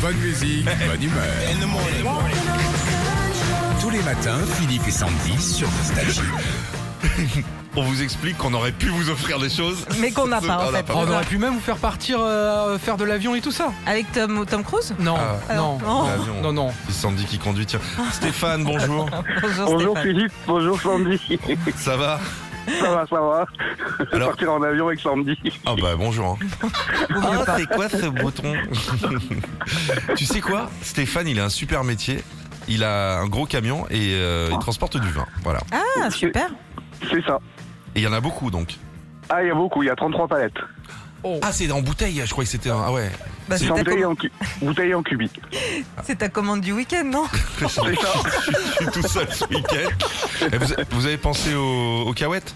Bonne musique, bonne humeur. Tous les matins, Philippe et Sandy sur Nostalgie. On vous explique qu'on aurait pu vous offrir des choses. Mais qu'on n'a pas, en On n'a fait. pas. On aurait pu même vous faire partir euh, faire de l'avion et tout ça. Avec Tom, Tom Cruise Non, Ah. non, Oh. L'avion. non, non. C'est Sandy qui conduit. Tiens, Ah. Stéphane, bonjour. Bonjour, Bonjour Stéphane. Philippe, bonjour Sandy. Ça va ça va, ça va. Je vais Alors- partir en avion avec Sandy. Ah bah bonjour. hein. Ah, c'est quoi ce bouton hein. Tu sais quoi Stéphane, il a un super métier. Il a un gros camion et euh, Ah. il transporte du vin. Voilà. Ah, super. C'est ça. Et il y en a beaucoup donc. Ah, il y a beaucoup, il y a 33 palettes. Ah, c'est en bouteille, je croyais que c'était un. Ah ouais. Bah, c'est C'est en ta, bouteille com- en, cu- bouteille en cubi. c'est ta commande du week-end, non Je suis je suis tout seul ce week-end. Et Vous, vous avez pensé aux, aux cahuètes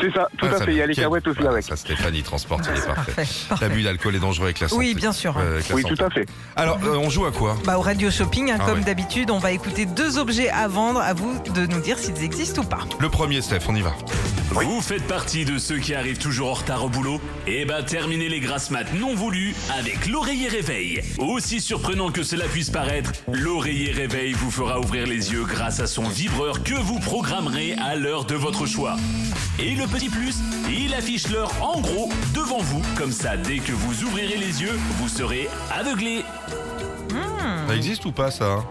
C'est ça, tout Ah, à ça, fait. Il y a les nickel. carouettes aussi Ah, avec. Ah, Ça, Stéphane, il transporte, il est parfait. Parfait. L'abus d'alcool est dangereux avec la santé. Oui, bien sûr. Euh, avec la Oui, santé. tout à fait. Alors, euh, on joue à quoi Bah, au Radio Shopping, hein, Ah comme ouais. d'habitude, on va écouter deux objets à vendre. À vous de nous dire s'ils existent ou pas. Le premier, Steph, on y va. Hmm. Vous faites partie de ceux qui arrivent toujours en retard au boulot Eh ben terminez les grasses mat non voulues avec l'oreiller réveil. Aussi surprenant que cela puisse paraître, l'oreiller réveil vous fera ouvrir les yeux grâce à son vibreur que vous programmerez à l'heure de votre choix. Et le petit plus, il affiche l'heure en gros devant vous, comme ça dès que vous ouvrirez les yeux, vous serez aveuglé. Ça existe ou pas, ça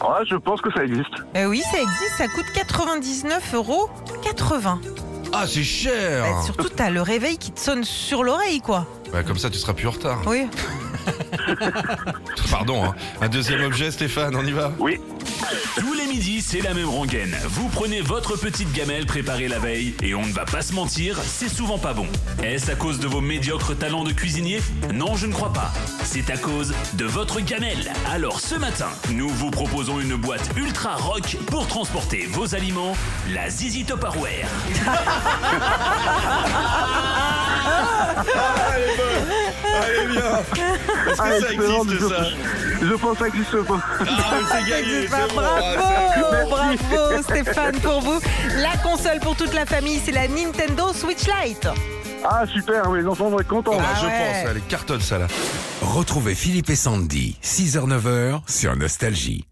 Ah, je pense que ça existe. Eh oui, ça existe, ça coûte 99,80 euros. Ah, c'est cher Bah, surtout, t'as le réveil qui te sonne sur l'oreille, quoi. Bah, Comme ça, tu seras plus en retard. Oui. Pardon. hein. Un deuxième objet, Stéphane, on y va Oui, Tous les midis, c'est la même rengaine. Vous prenez votre petite gamelle préparée la veille et on ne va pas se mentir, c'est souvent pas bon. Est-ce à cause de vos médiocres talents de cuisinier Non, je ne crois pas. C'est à cause de votre gamelle. Alors ce matin, nous vous proposons une boîte ultra rock pour transporter vos aliments, la Zizi Tupperware. Allez, bien Est-ce Ah, excellent, je- Je pense que ça existe pas. Ah, mais c'est gagné, Bah, c'est bon. Ah, bravo, bravo Stéphane pour vous. La console pour toute la famille, c'est la Nintendo Switch Lite. Ah, super, mes enfants vont être c'est- contents. Oh, bah, je Ah ouais. pense, allez, cartonne ça là. Retrouvez Philippe et Sandy, 6h-9h sur Nostalgie.